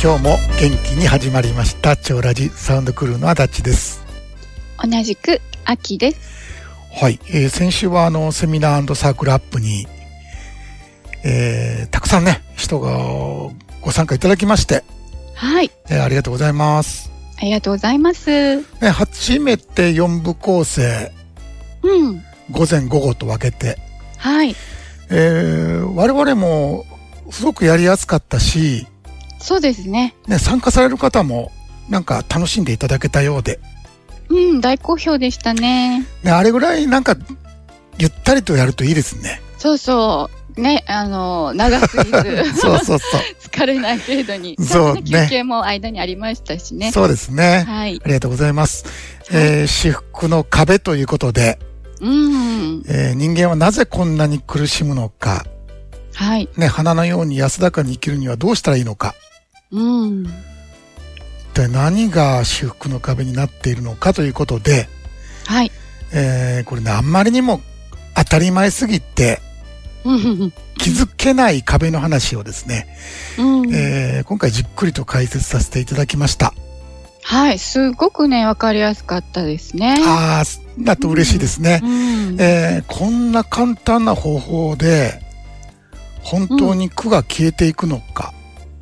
今日も元気に始まりました超ラジサウンドクルーの足立です同じく秋です。はい、えー先週はあのセミナーサークルアップに、えーたくさんね人がご参加いただきまして、はい、えーありがとうございます、ありがとうございます。うん、ね、初めて4部構成午前午後と分けて、はい、えー我々もすごくやりやすかったし、そうですね。ね、参加される方もなんか楽しんでいただけたようでうん、大好評でしたね。ね、あれぐらいなんか、ゆったりとやるといいですね。そうそう、ね、あの長すぎず そうそうそ疲れない程度に、そうねちゃんと休憩も間にありましたしう。ね。そうですね。はい、ありがとうございます。えー、私服の壁ということで、うん、えー人間はなぜこんなに苦しむのか、はい、ね、花のように安らかに生きるにはどうしたらいいのか、うん、一体何が私服の壁になっているのかということで、はい、えーこれね、あんまりにも当たり前すぎてうん、気づけない壁の話をですね、うん、えー今回じっくりと解説させていただきました。はい、すごくねわかりやすかったですね。ああ、だと嬉しいですねう。ん、えーこんな簡単な方法で、本当に苦が消えていくのか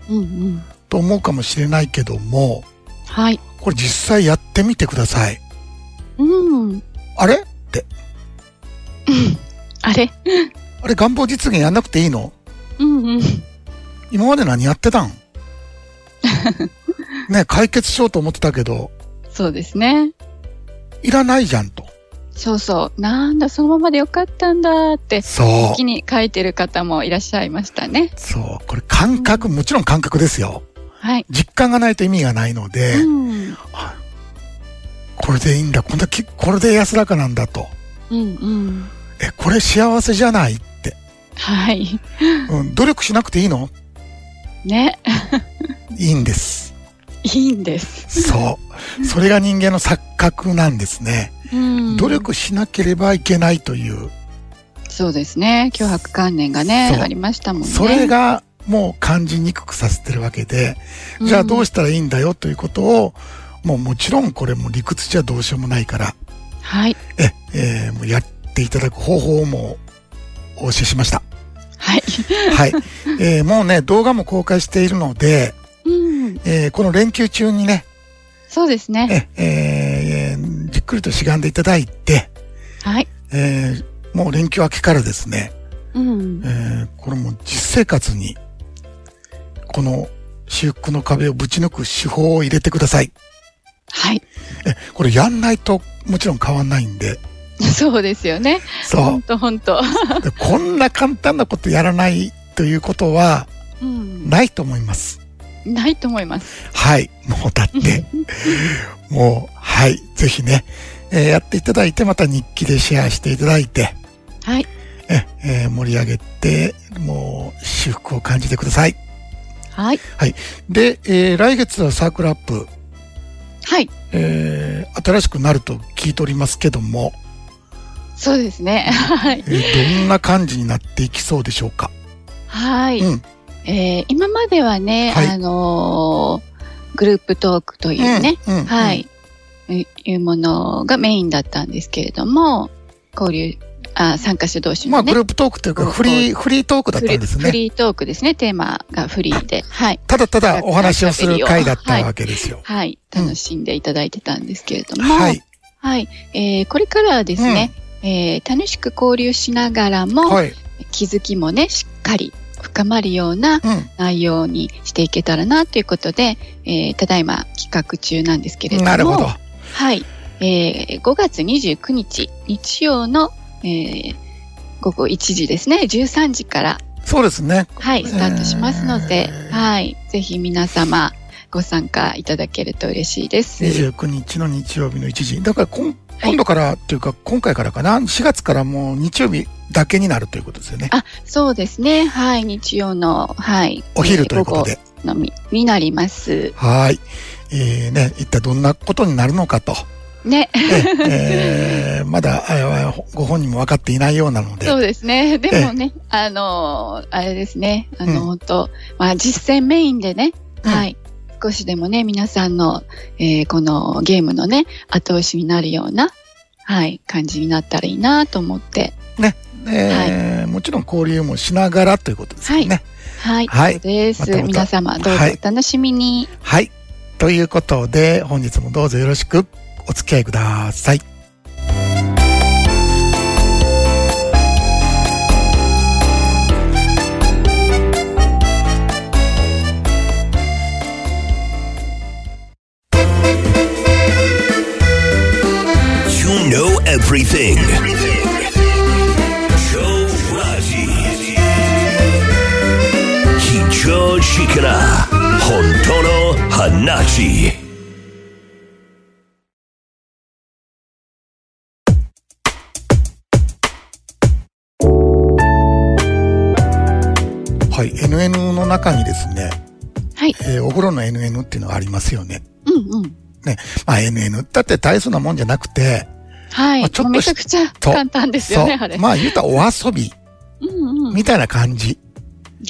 うん、うん、と思うかもしれないけども、はい、これ実際やってみてください。うん、あれあれ、あれ願望実現やんなくていいのうん、うん、今まで何やっ てたんね、解決しようと思ってたけど、そうですね。いらないじゃんと。そうそう。なんだ、そのままでよかったんだって、そう。気に書いてる方もいらっしゃいましたね。そう。これ感覚、もちろん感覚ですよ。はい。実感がないと意味がないので、うん。うんこれでいいんだ。こんなき、これで安らかなんだと。うん。え、これ幸せじゃないって。はい。うん、努力しなくていいのね。いいんです。いいんです。そう。それが人間の錯覚なんですね。うん。努力しなければいけないという、そうですね。脅迫観念がねそ、うありましたもんね。それがもう感じにくくさせてるわけで、じゃあどうし、したらいいんだよということを、もうもちろんこれも理屈じゃどうしようもないから、はい。え、えーもうやっていただく方法もお教えしま した。はい。はい。えーもうね、動画も公開しているので、うん。えーこの連休中にね、そうですね。え、えーじっくりとしがんでいただいて、はい。えーもう連休明けからですね、うんえ。ーこれもう実生活に、この私服の壁をぶち抜く手法を入れてください。はい。え、これやんないともちろん変わんないんで、そうですよね。そ本当本当。う。でこんな簡単なことやらないということはうん。ないと思います。ないと思います。はい。もうだって、 もう、はい。ぜひね、えーやっていただいて、また日記でシェアしていただいて、はい。え、えー盛り上げて、もう、私服を感じてください。はい。で、えー来月はサークルアップ、はい。えー新しくなると聞いておりますけども、そうですね。はいえ。ーどんな感じになっていきそうでしょうか。はい。うんえー今まではね、はいあのーグループトークというね、うん、うんは。い、いいうものがメインだったんですけれども、交流、あ参加者同士まあ、のグね、ループトークというか、うんフリー、フリートークだったフんリですフね。リートークですね、テーマがフリーで、はい、ただただお話をする会だったわけですよ。はい、うん楽しんでいただいてたんですけれども、はい。はい、えーこれからはですね、えー楽しく交流しながらも、はい。気づきもね、しっかり深まるようなうん。内容にしていけたらなということで、えーただいま企画中なんですけれども。なるほど。はい。えー5月29日、日曜の、えー午後1時ですね、13時から、そうですね。はい、スタートしますので、えーはい、ぜひ皆様ご参加いただけると嬉しいです。 29日の日曜日の1時。だから今、今度からっていうか、今回からかな。4月からもう日曜日だけになるということですよね。あ、そうですね、はい、日曜の、はい、お昼ということえで。ー午後のみになります。はい。えー、ね、一体どんなことになるのか と。ね、えーまだ、えーご本人も分かっていないようなので。そうですね。でもね、あのーあれですね、あの、うん本当まあ実践メインでね、うんはい、少しでもね、皆さんの、えーこのゲームのね、後押しになるような、はい、感じになったらいいなと思って。えーもちろん交流もしながらということですよね。はい、はいそうです。またまた皆様、どうぞはいお楽しみに。はい。ということで、本日もどうぞよろしくお付き合いください。 You know everything. Joe Raji. Hijo Shikara. Hontono Hanachi. はい。NN の中にですね、はい。えーお風呂の NN っていうのがありますよね。うんうん。まあ NN だって大層なもんじゃなくて、はい。まあちょっともうめちゃくちゃと簡単ですよね、あれ。まあ言うたらお遊びうんうん。みたいな感じ。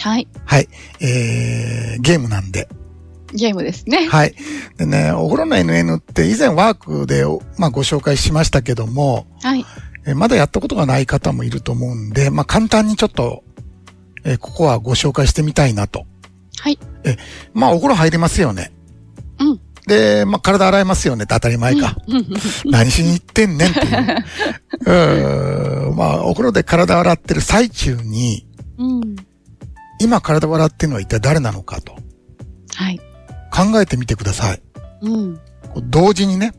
はい。はい。えー、ゲームなんで。ゲームですね。はい。でね、お風呂の NN って以前ワークでお、まあ、ご紹介しましたけども、はい。えーまだやったことがない方もいると思うんで、まあ、簡単にちょっと、えーここはご紹介してみたいなと。はい。まあ、お風呂入れますよね。うん。で、まあ、体洗いますよねって当たり前か。うんうん何しに行ってんねんっていう。 うーん。まあ、お風呂で体洗ってる最中に、うん。うん。今体洗ってるのは一体誰なのかと。はい。考えてみてください。うん。こう同時にね。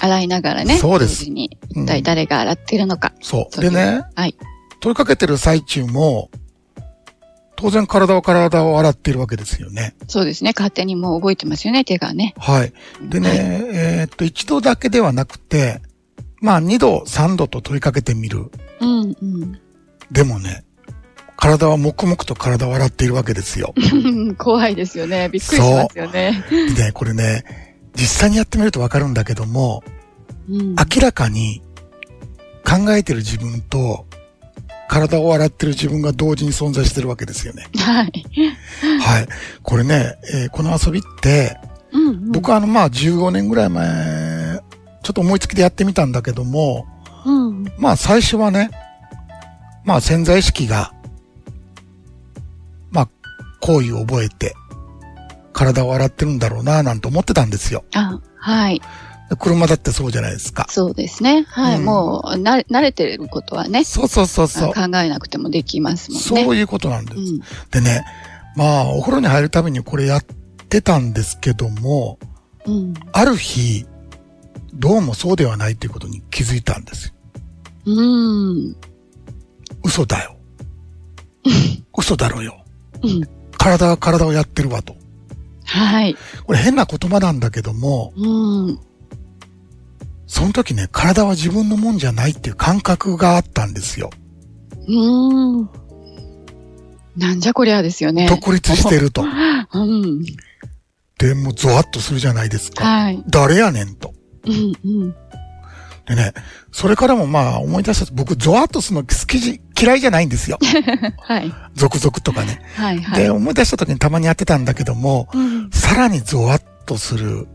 洗いながらね。そうです同時に一体誰が洗ってるのか。そう。そういでうね、はい。問いかけてる最中も、当然体は体を洗っているわけですよね。そうですね。勝手にもう動いてますよね、手がね。はい。でね、はいえーっと、一度だけではなくて、まあ二度、三度と問いかけてみる。うんうんでもね、体は黙々と体を洗っているわけで すよ。うん。怖いですよね。びっくりしますよね。でね、これね、実際にやってみるとわかるんだけども、うん。明らかに考えてる自分と体を洗ってる自分が同時に存在してるわけですよね。はい。はい。これね、えーこの遊びって、うんうん。僕はあの、まあ、15年ぐらい前、ちょっと思いつきでやってみたんだけども、うん。まあ、最初はね、まあ、潜在意識が、まあ、行為を覚えて、体を洗ってるんだろうな、なんて思ってたんですよ。あ、はい。で車だってそうじゃないですか。そうですね。はい。うんもう、な、慣れてることはね。そうそうそうそう。考えなくてもできますもんね。そういうことなんです。うん。でね、まあ、お風呂に入るためにこれやってたんですけども、うん。ある日、どうもそうではないということに気づいたんですよ。うん。嘘 だよ。嘘だろよ。うん。体は体をやってるわと。はい。これ変な言葉なんだけども、うん。その時ね、体は自分のもんじゃないっていう感覚があったんですよ。うん。なんじゃこりゃですよね。独立してる と。うん。で、もうゾワッとするじゃないですか。はい。誰やねんと。うんうん。でね、それからもまあ思い出した僕ゾワッとするの好きじ、嫌いじゃないんですよ。はい。続々とかね。はいはで、い。思い出した時にたまにやってたんだけども、うん。さらにゾワッとする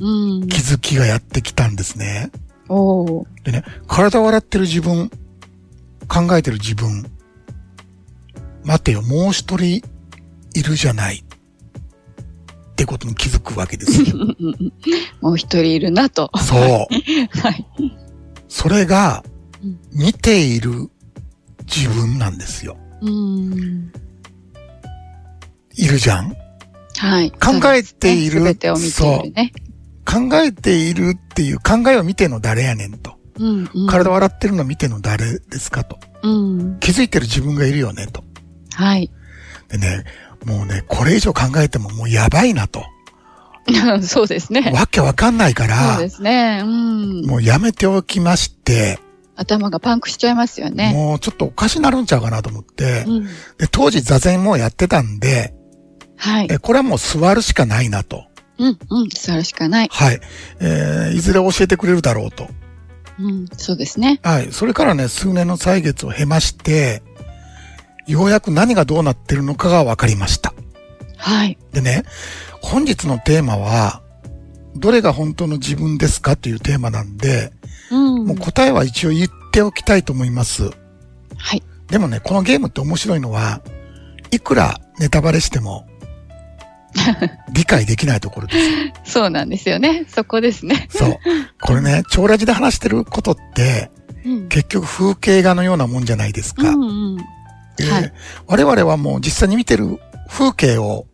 うん。気づきがやってきたんですね。おお。でね、体を洗ってる自分、考えてる自分、待てよ、もう一人いるじゃない。ってことに気づくわけです よ。うんうんうんもう一人いるなと。そう。 はい。それがうん、見ている自分なんですよ。うん。いるじゃんはい。考えているそうですね全てを見ているね。考えているっていう考えを見ての誰やねんと。うんうん。体を洗ってるの見ての誰ですかと。うん。気づいてる自分がいるよねと。はい。 でね、もうね、これ以上考えてももうやばい なと。そうですね。わけわかんないかそうら、ですね。うん。もうやめておきまして、頭がパンクしちゃいますよね。もうちょっとおかしなるんちゃうかなと思って、うん。で当時座禅もやってたんで、はい。えこれはもう座るしかないなと。うん、うん。座るしかない。はい。えーいずれ教えてくれるだろうと。うん。そうですね。はい。それからね、数年の歳月を経まして、ようやく何がどうなってるのかが分かりました。はい。でね、本日のテーマは、どれが本当の自分ですかというテーマなんで、うん。もう答えは一応言っておきたいと思います。はい。でもね、このゲームって面白いのは、いくらネタバレし ても、理解できないところですよ。そうなんですよね。そこですね。そう。これね、長ラジで話してることって、うん。結局風景画のようなもんじゃないですうか。んうん。ではい我々はもう実際に見てる風景を、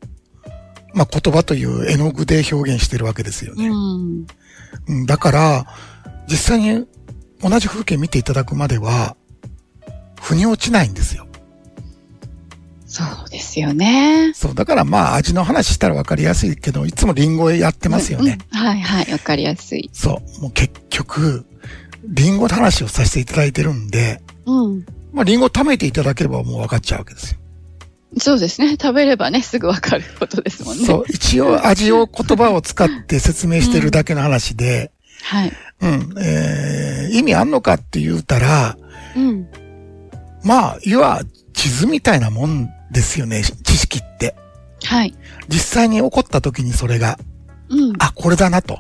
まあ、言葉という絵の具で表現してるわけですよね。うん。うんだから、実際に同じ風景見ていただくまでは、腑に落ちないんですよ。そうですよね。そう、だからまあ味の話したらわかりやすいけど、いつもリンゴやってますよね。うん。はいはい。わかりやすい。そう、もう結局、リンゴの話をさせていただいてるんで、うん。まあリンゴを貯めていただければもうわかっちゃうわけですよ。そうですね。 食べればね、すぐわかることですもんね。そう、一応味を言葉を使って説明してるだけの 話で、はい。うん、えー、意味あんのかって言うたら、うん。まあ、いわ、地図みたいなもんですよね、知識って。はい。実際に起こった時にそれが、うん。あ、これだなと。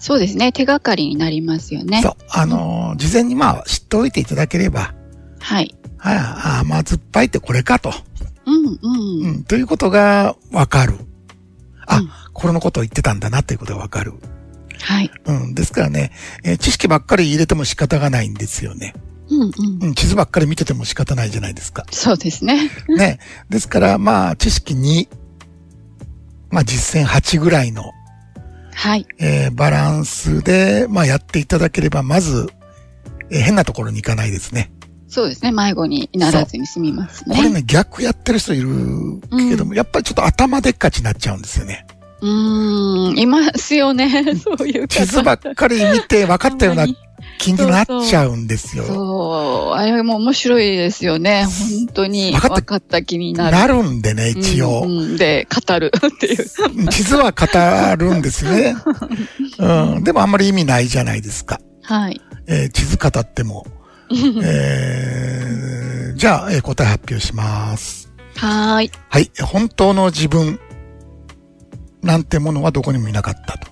そうですね。手がかりになりますよねそ。う。あのー事前にまあ知っておいていただければ、はい。はい、あ甘酸っぱいってこれかと。うんううん。ん、ということがわかる。あ、うんこれのことを言ってたんだなっていうことがわかる。はい。うん、ですからね、えー知識ばっかり入れても仕方がないんですよね。うんうんう。ん、地図ばっかり見てても仕方ないじゃないですか。そうですね。 ね。ですから、まあ、知識2、まあ、実践8ぐらいの、はい。えーバランスで、まあ、やっていただければ、まず、えー変なところに行かないですね。そうですね。迷子にならずに済みますこれね。ね、逆やってる人いるけども、やっぱりちょっと頭でっかちになっちゃうんですよね。うーん。いますよね。そういう方。地図ばっかり見て分かったような気になっちゃうんですよ。そう。あれも面白いですよね。本当に。わかった分かった気になる。なるんでね、一応。うんうんで、語るっていう。 地図は語るんですよ ね。うん、でもあんまり意味ないじゃないですか。はい。えー地図語っても。 えーじゃあ、えー答え発表します。はーい。はい。本当の自分なんてものはどこにもいなかっ たと。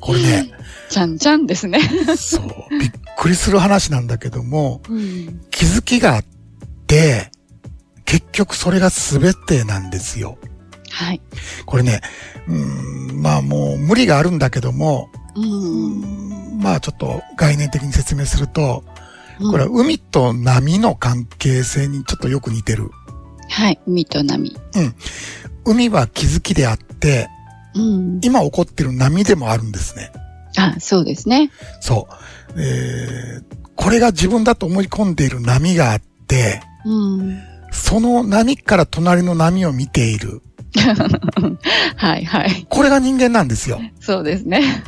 これね、ちゃんちゃんですね。そう、びっくりする話なんだけども、うん。気づきがあって、結局それが全てなんですよ。はい。これね、うーん、まあもう無理があるんだけども、うん。まあちょっと概念的に説明すると、うんこれは海と波の関係性にちょっとよく似てる。はい。海と波。海は気づきであって、うん。今起こってる波でもあるんですね。あ、そうですね。そう。えー、これが自分だと思い込んでいる波があって、うん。その波から隣の波を見ている。 はいはい。これが人間なんですよ。そうですね。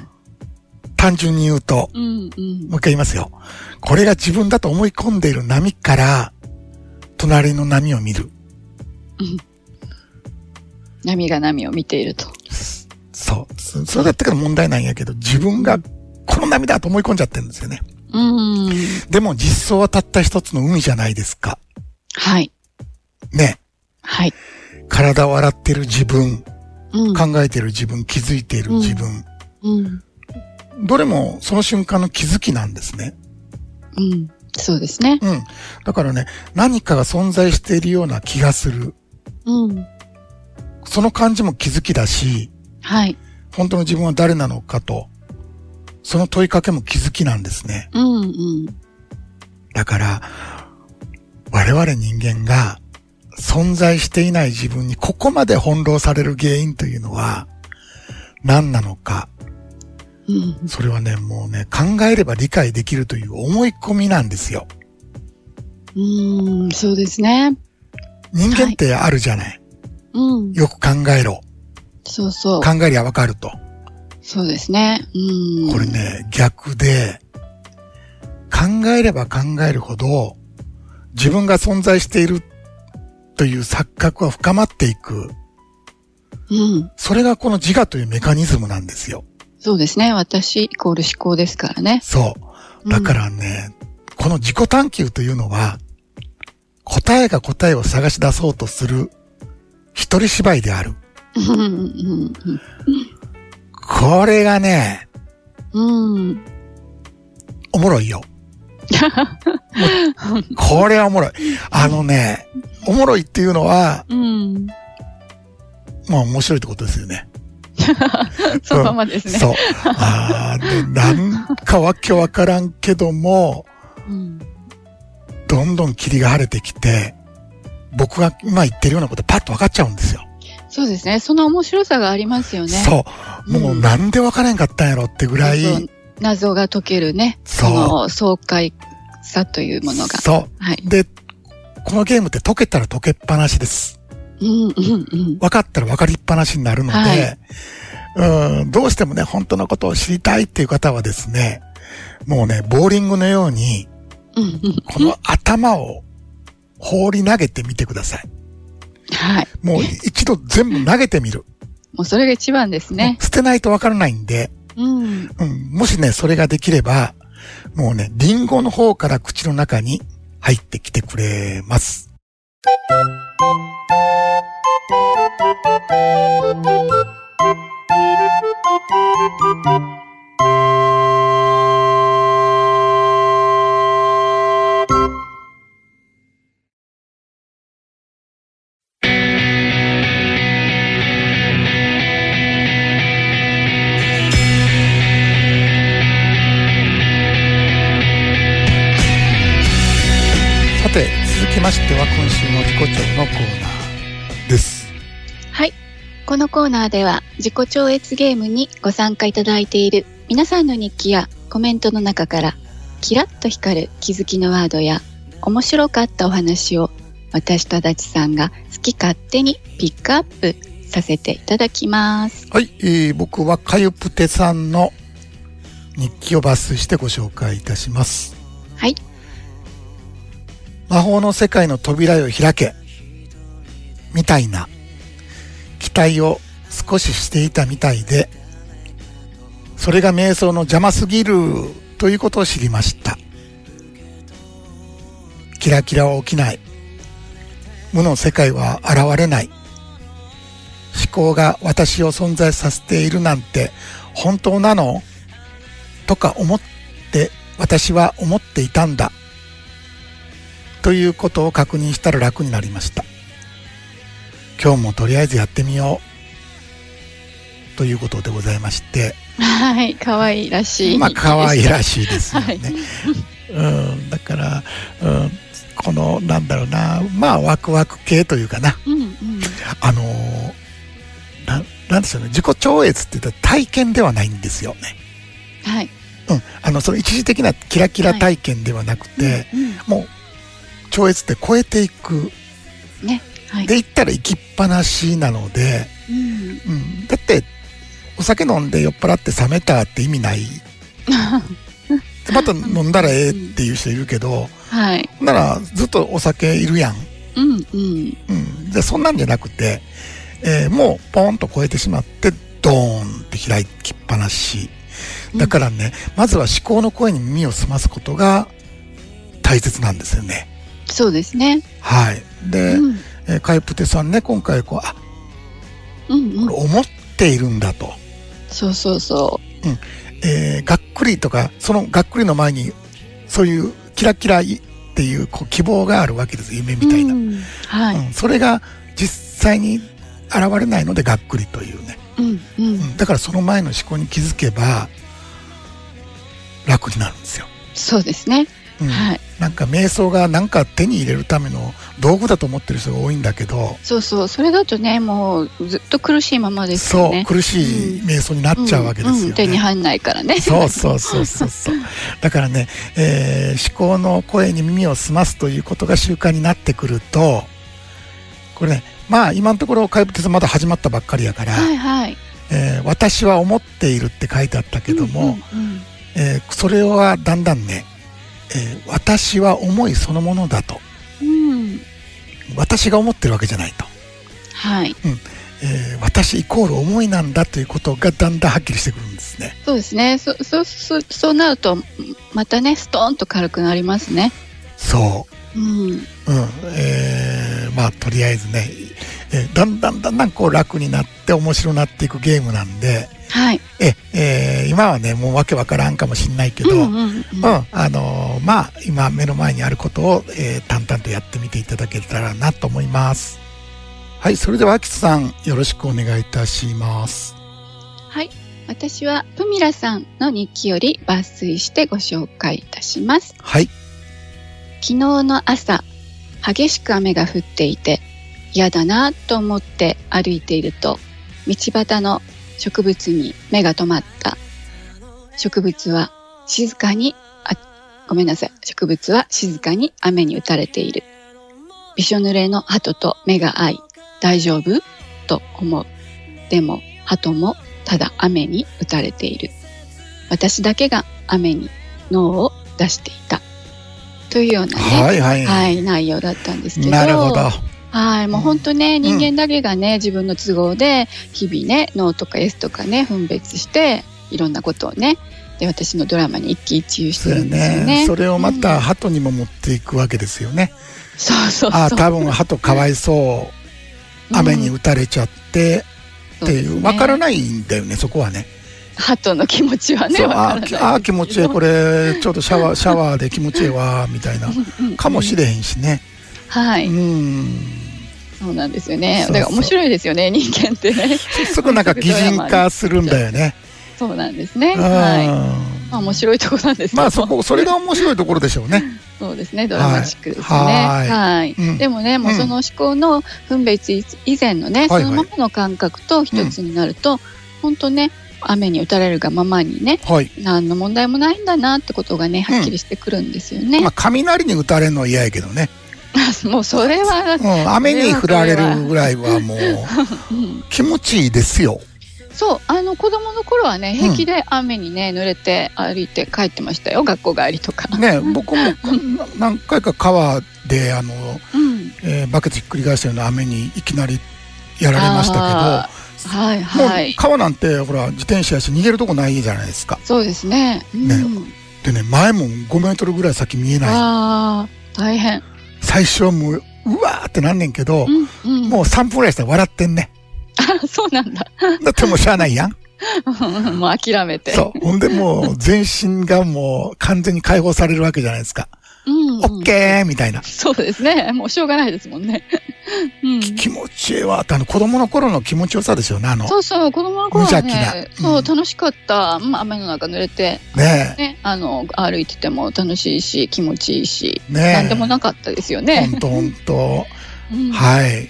単純に言うと。うんうんもう。一回言いますよ。これが自分だと思い込んでいる波から、隣の波を見る。波が波を見ていると。そう。そそれだったから問題ないんやけど、自分がこの波だと思い込んじゃってるんですよね。うん。でも実相はたった一つの海じゃないですか。はい。ね。はい。体を洗ってる自分、うん。考えてる自分、気づいている自分。うん。どれもその瞬間の気づきなんですね。うん。そうですね。うん。だからね、何かが存在しているような気がする。うん。その感じも気づきだし、はい。本当の自分は誰なのかと、その問いかけも気づきなんですね。うんうん。だから、我々人間が存在していない自分にここまで翻弄される原因というのは何なのか。うん。それはね、もうね、考えれば理解できるという思い込みなんですよ。うん。そうですね。人間ってあるじゃない。うん。よく考えろ。そうそう。考えりゃわかると。そうですね。うん。これ。ね、逆で、考えれば考えるほど、自分が存在しているという錯覚は深まっていく。うん。それがこの自我というメカニズムなんですよ。そうですね。私イコール思考ですからね。そう。だからね、この自己探求というのは、答えが答えを探し出そうとする一人芝居である。うんうんこれがね、うんうん。おもろいよ。これはおもろい。あのね、おもろいっていうのは、うん。まあ面白いってことですよね。そのままですね。そう。あーでなんかわけわからんけども、うん。どんどん霧が晴れてきて、僕が今言ってるようなことパッと分かっちゃうんですよ。そうですね。その面白さがありますよね。そう。もううんなんで分からへんかったんやろってぐらい、謎謎が解けるね。そうの爽快さというものが。そはい。う。で、このゲームって解けたら解けっぱなしです。うんうんうん。分かったら分かりっぱなしになるので、はいうん、どうしてもね、本当のことを知りたいっていう方はですね、もうね、ボーリングのように、うんうん。この頭を放り投げてみてください。はい。もう一度全部投げてみる。もうそれが一番ですね。捨てないと分からないんで、うん。うん、もしね、それができれば、もうね、リンゴの方から口の中に入ってきてくれます。さて、続きましては今週の自己調のコーナーです。はい。このコーナーでは自己超越ゲームにご参加いただいている皆さんの日記やコメントの中からキラッと光る気づきのワードや面白かったお話を私と足立さんが好き勝手にピックアップさせていただきます。はい、えー僕はかゆぷてさんの日記を抜粋してご紹介いたします。はい。魔法の世界の扉よ開け、みたいな期待を少ししていたみたいで、それが瞑想の邪魔すぎるということを知りました。キラキラは起きない。無の世界は現れない。思考が私を存在させているなんて本当なのとか思って私は思っていたんだということを確認したら楽になりました今日もとりあえずやってみようということでございましてはい。可愛いらしい。まあ可愛らししいですよね、はい。うんだから、うん、このなんだろうなまあワクワク系というかないうんうん。あのーなん、なんでしょうね、自己超越って言ったら体験ではないんですよね。はい。うん。あの、その一時的なキラキラ体験ではなくて、うんうんもう、超越って超えていく。ね。はい。で、行ったら行きっぱなしなので、うん。うん。だって、お酒飲んで酔っ払って冷めたって意味 ない。でまた飲んだらええっていう人いるけど、はい。ほんならずっとお酒いるやん。うんうん。うん。じゃあそんなんじゃなくて、えーもうポンと超えてしまって、ドーンって開きっぱなし。だからね、まずは思考の声に耳を澄ますことが大切なんですよね。そうですね。はい。で、うんえーカイプテさんね、今回こう、あ、うんこうれん。思っているんだと。そうそうそえーがっくりとか、そのがっくりの前に、そういうキラキラいっていうこう希望があるわけです。夢う。みたいな。ううんんはい。それが実際に現れないので、がっくりというね。うんうんう、んだからその前の思考に気づけば楽になるんですよ。そうですね。うんはい。なんか瞑想がなんか手に入れるための道具だと思ってる人が多いんだけど、そうそう。それだとね、もうずっと苦しいままですよそねう。苦しい瞑想になっちゃうわけですよんね。ん手に入んないからね。そうそうそうそうそう。だからね、えー思考の声に耳を澄ますということが習慣になってくると、これね、まあ今のところ怪物まだ始まったばっかりやから、はいはい。えー私は思っているって書いてあったけども、うんうんうんえーそれはだんだんね、えー私は思いそのものだとうん。私が思ってるわけじゃないと、はい。えー私イコール思いなんだということがだんだんはっきりしてくるんですねそうですね。そ、そ、そ、そうなると、またね、ストーンと軽くなりますね。そうん。ううんえーまあとりあえずね、えだんだんだんだんこう楽になって面白なっていくゲームなんで、はい。ええー今はね、もうわけわからんかもしんないけど、ううんん、うんうん。あのーまあ、今目の前にあることを、えー淡々とやってみていただけたらなと思います。はい、それでは、秋津さん、よろしくお願いいたします。はい。私はプミラさんの日記より抜粋してご紹介いたします。はい、昨日の朝、激しく雨が降っていて、嫌だなと思って歩いていると、道端の植物に目が止まった。植物は静かに、あ、ごめんなさい。植物は静かに雨に打たれている。びしょ濡れの鳩と目が合い、大丈夫と思う。でも、鳩もただ雨に打たれている。私だけが雨に脳を出していた。というようなね、はい、はい。はい、内容だったんですけど。なるほど。はい、もう本当ね、人間だけがね、自分の都合で、日々ね、ノーとか S とかね、分別して、いろんなことをね、で、私のドラマに一喜一憂してそうるよんですよねね。。それをまうた、ん鳩にも持っていくわけですよね。そうそうそう。ああ、多分、鳩かわいそう。雨にうん打たれちゃってそっうてでいすう、ねわからないんだよね、そこはね。鳩の気持ちはね、そうわからあないですーけきどあー気持ちええこれちょっとシ ャワーシャワーで気持ちええわみたいなかもしれれへんしねはうい、んそうなんですよね。そうそうだから面白いですよね、人間ってね。 すぐなんか擬人化するんだよねそうなんですね。うんはい。まあ面白いところなんですけど。まあそこそれが面白いところでしょうねそうですね、ドラマチックですね。ははいい。うんでもね、もうその思考の分別以前のね、はいはいそのままの感覚と一つになると、本当ね、雨に打たれるがままにね、はい何の問題もないんだなってことがね、はっきりしてくるんですよね。まあ雷に打たれるのは嫌やけどね もうそれは、うん雨に降られるぐらいはもう うん気持ちいいですよそう、あの子供の頃はね、平気で雨にね、濡れて歩いて帰ってましたよ、学校帰りとか。ね僕もな何回か川であの、うん。えーバケツひっくり返したような雨にいきなりやられましたけどあーはいもうはい。川なんてほら自転車やし逃げるとこないじゃないですかそうですね。うんねでね前も5メートルぐらい先見えないああ、大変。最初はもううわーってなんねんけど、うんうん、もう3分ぐらいしたら笑ってんねあ そうなんだ。だってもうしゃあないやんもう諦めて。そうほんでもう全身がもう完全に解放されるわけじゃないですか、うん、うん。オッケーみたいなそうですね。もうしょうがないですもんね。 うん。気持ちええわってあの子供の頃の気持ちよさですよねあのそうそう、子供の頃は無邪ね、気なそうう、ん楽しかった。うん雨の中濡れて、ねね、あの、歩いてても楽しいし、気持ちいいし、えねえなんでもなかったですよほんね。とほんとうんはい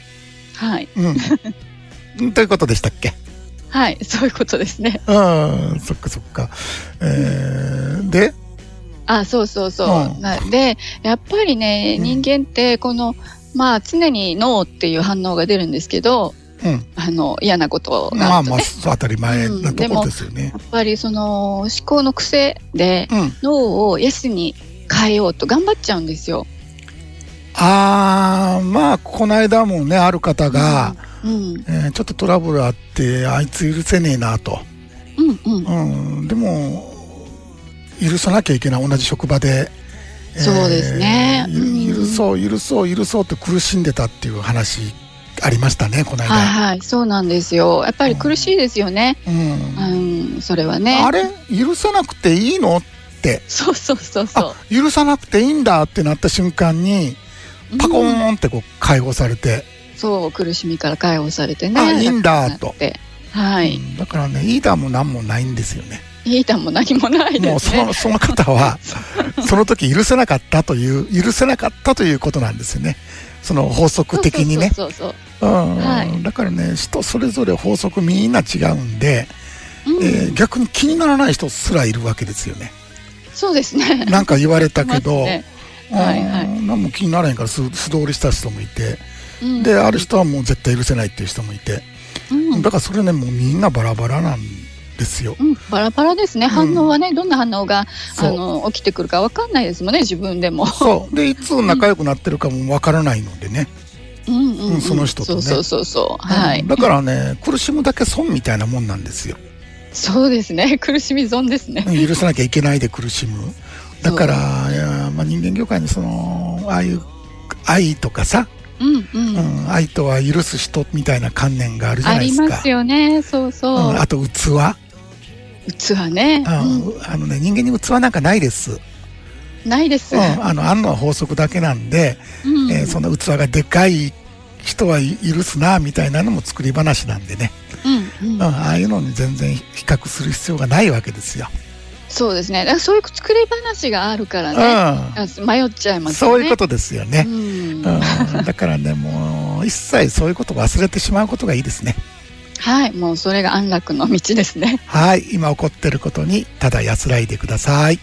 はい。うん ということでしたっけはい、 そういうことですね。うんそっかそっかえー、であ、そうそうそうう。んなで、やっぱりね、う人ん間って、この、まあ、常にノーっていう反応が出るんですけど、うんあの、嫌なことがまああるとまねあ、そう当たり前なところですよねや。っぱりその思考の癖でうん。脳を S に変えようと頑張っちゃうんですよ。ああ、まあ、この間もね、ある方が、うん、えーちょっとトラブルあって、あいつ許せねえなと。うん、うん、うん。でも、許さなきゃいけない、同じ職場で。そうですねゆうん許そう、許そう、許そうって苦しんでたっていう話ありましたね、この間。はいはい、そうなんですよ。やっぱり苦しいですよね。うん。うん、それはね。あれ許さなくていいのって。そうそうそうそあ、許さなくていいんだってなった瞬間に、う。パコうんーンってこう解放されて、そう、苦しみから解放されてね。あいいんだ楽になって。はうい、んだからね、イーダーも何もないんですよね。いいたも何もないもでうすそねの、。 その方は、その時許せなかったという、許せなかったということなんですよね。その法則的にね。そうそうそううんはいだからね、人それぞれ法則みんな違うんで、そう。うんえー逆に気にならない人すらいるわけですよね。そうですね。 なんか言われたけまど、すねはいはいうん何も気にならへんから素素通りした人もいて、うんで、ある人はもう絶対許せないっていう人もいて、うんだからそれね、もうみんなバラバラなんですよ。うん、バラバラですね、反応はね、どんな反応がそうあの起きてくるかわかんないですもんね、自分でも。そう。で、いつ仲良くなってるかもわからないのでね。うんうんうんその人とねそうそうそうそう、はい、うんだからね、苦しむだけ損みたいなもんなんですよ。そうですね、 苦しみ損ですね。許さなきゃいけないで苦しむ。だから、いやまあ、人間業界にその、ああいう愛とかさ、うんうん。うん、愛とは許す人みたいな観念があるじゃあないでりすか。ますよね。そうそううん、。あと器、器ね、うんあのね、人間に器なんかないです。うんないです。うん、あの、あんのは法則だけなんで、うんえーその器がでかい人は許すな、みたいなのも作り話なんでね。うんうんうん、ああいうのに全然比較する必要がないわけですよ。そうですね。だからそういう作り話があるからね。う迷っちゃいん。ますよね。。そういうこととですよね。んうん、だからね、もう、一切そういうこと忘れてしまうことがいいですね。はい、もうそれが安楽の道ですね。はい、今起こってることに、ただ安らいでください。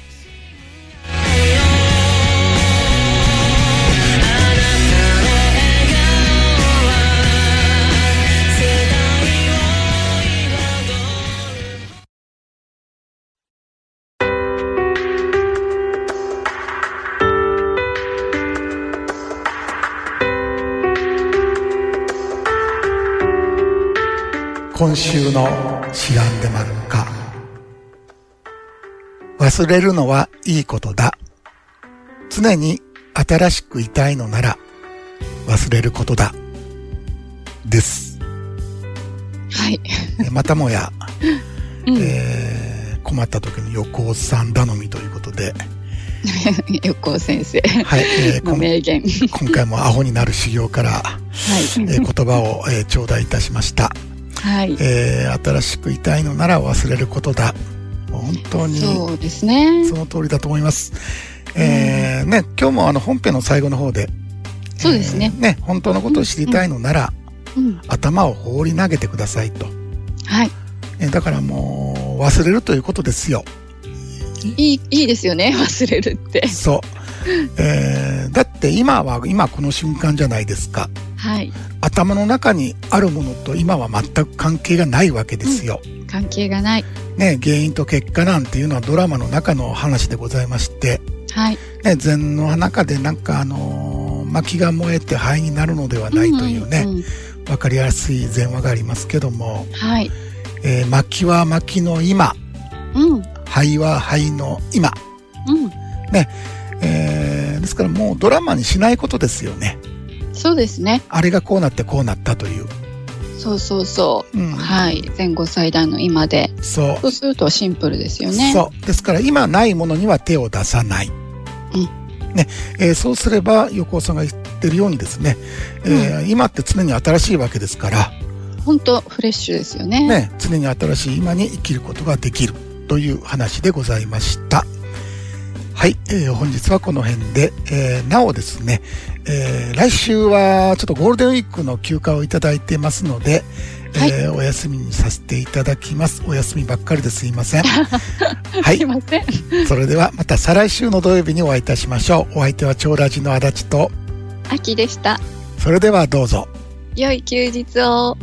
今週の知らんでまるか。忘れるのはいいことだ。常に新しくいたいのなら忘れることだ。です。はい。えまたもや、うんえー困った時に横尾さん頼みということで、横尾先生はい、 えーこのん名言。はい。今回もアホになる修行から、 えー言葉を、えー頂戴いたしました。はい。えー新しくいたいのなら忘れることだ。本当にそうですね。その通りだと思います。えーね、今日もあの本編の最後の方で、そうですねえー本当のことを知りたいのなら、うん頭を放り投げてくださいと。はい。えーだからもう、忘れるということですよ。いい、いいですよね。 忘れるって。そう。えーだって今は、今この瞬間じゃないですか。はい。頭の中にあるものと今は全く関係がないわけですよ。関係がない。ね、原因と結果なんていうのはドラマの中の話でございまして、はい。ね、禅の中でなんかあのー薪が燃えて灰になるのではないというね、わんんんかりやすい禅話がありますけども、はい。えー薪は薪の今、うん。う灰は灰の今、ん。えーですからもうドラマにしないことですよね。そうですね。あれがこうなってこうなったという。そうそうそうう。ん。はい。前後祭壇の今で。そう。そうするとシンプルですよね。そう。ですから今ないものには手を出さない。ねえーそうすれば横尾さんが言ってるようにですね、えー今って常に新しいわけですから、本当フレッシュですよね。ね、常に新しい今に生きることができるという話でございました。はい、えー本日はこの辺で、えーなおですね、えー来週はちょっとゴールデンウィークの休暇をいただいてますので、えーお休みにさせていただきます。お休みばっかりですいません。 はすいい、ません。 それではまた再来週の土曜日にお会いいたしましょう。お相手は長ラジの足立と、秋でした。それではどうぞ。良い休日を。